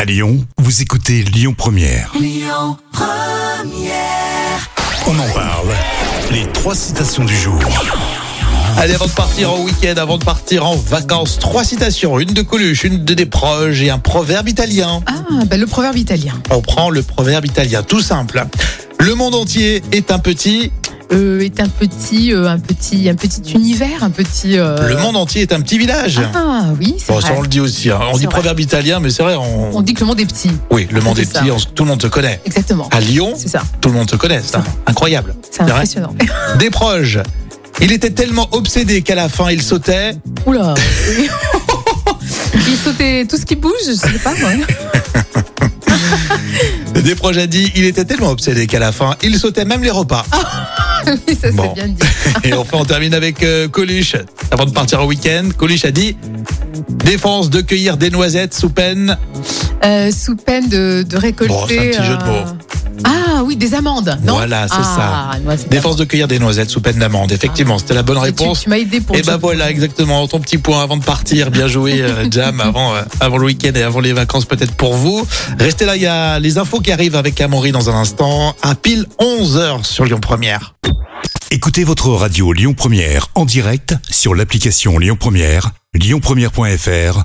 À Lyon, vous écoutez Lyon Première. On en parle. Les trois citations du jour. Allez, avant de partir en week-end, avant de partir en vacances, trois citations, une de Coluche, une de des proches et un proverbe italien. Ah, bah, le proverbe italien. On prend le proverbe italien, tout simple. Le monde entier est un petit, Euh, est un petit, euh, un petit, un petit univers, un petit. euh, le monde entier est un petit village. Ah oui, c'est Bon, ça, vrai. on le dit aussi. hein. On C'est dit vrai. proverbe italien, mais c'est vrai, on... On dit que le monde est petit. Oui, le monde C'est est ça. petit, on- tout le monde se connaît. Exactement. À Lyon, C'est ça. tout le monde se connaît, c'est C'est vrai. incroyable. C'est vrai. impressionnant. Des proches. Il était tellement obsédé qu'à la fin, il sautait. Oula. Il sautait tout ce qui bouge, je sais pas moi. Des proches a dit, il était tellement obsédé qu'à la fin, il sautait même les repas. Oui, ça Bon. c'est bien dit. Et enfin, on termine avec euh, Coluche. Avant de partir au week-end, Coluche a dit Défense de cueillir des noisettes sous peine. Euh, sous peine de, de récolter. Bon, c'est un petit jeu de mots. Ah oui, des amandes. Non Voilà, c'est Ah, ouais, c'est Défense de cueillir des noisettes sous peine d'amende. Effectivement, c'était la bonne Et tu- réponse. Tu, m'as aidé pour. Et le ben jeu. voilà, exactement. Ton petit point avant de partir. Bien joué, euh, Jam, avant, euh, avant le week-end et avant les vacances, peut-être pour vous. Restez là, il y a les infos qui arrivent avec Amaury dans un instant, à pile 11h sur Lyon Première. Écoutez votre radio Lyon Première en direct sur l'application Lyon Première, lyonpremière.fr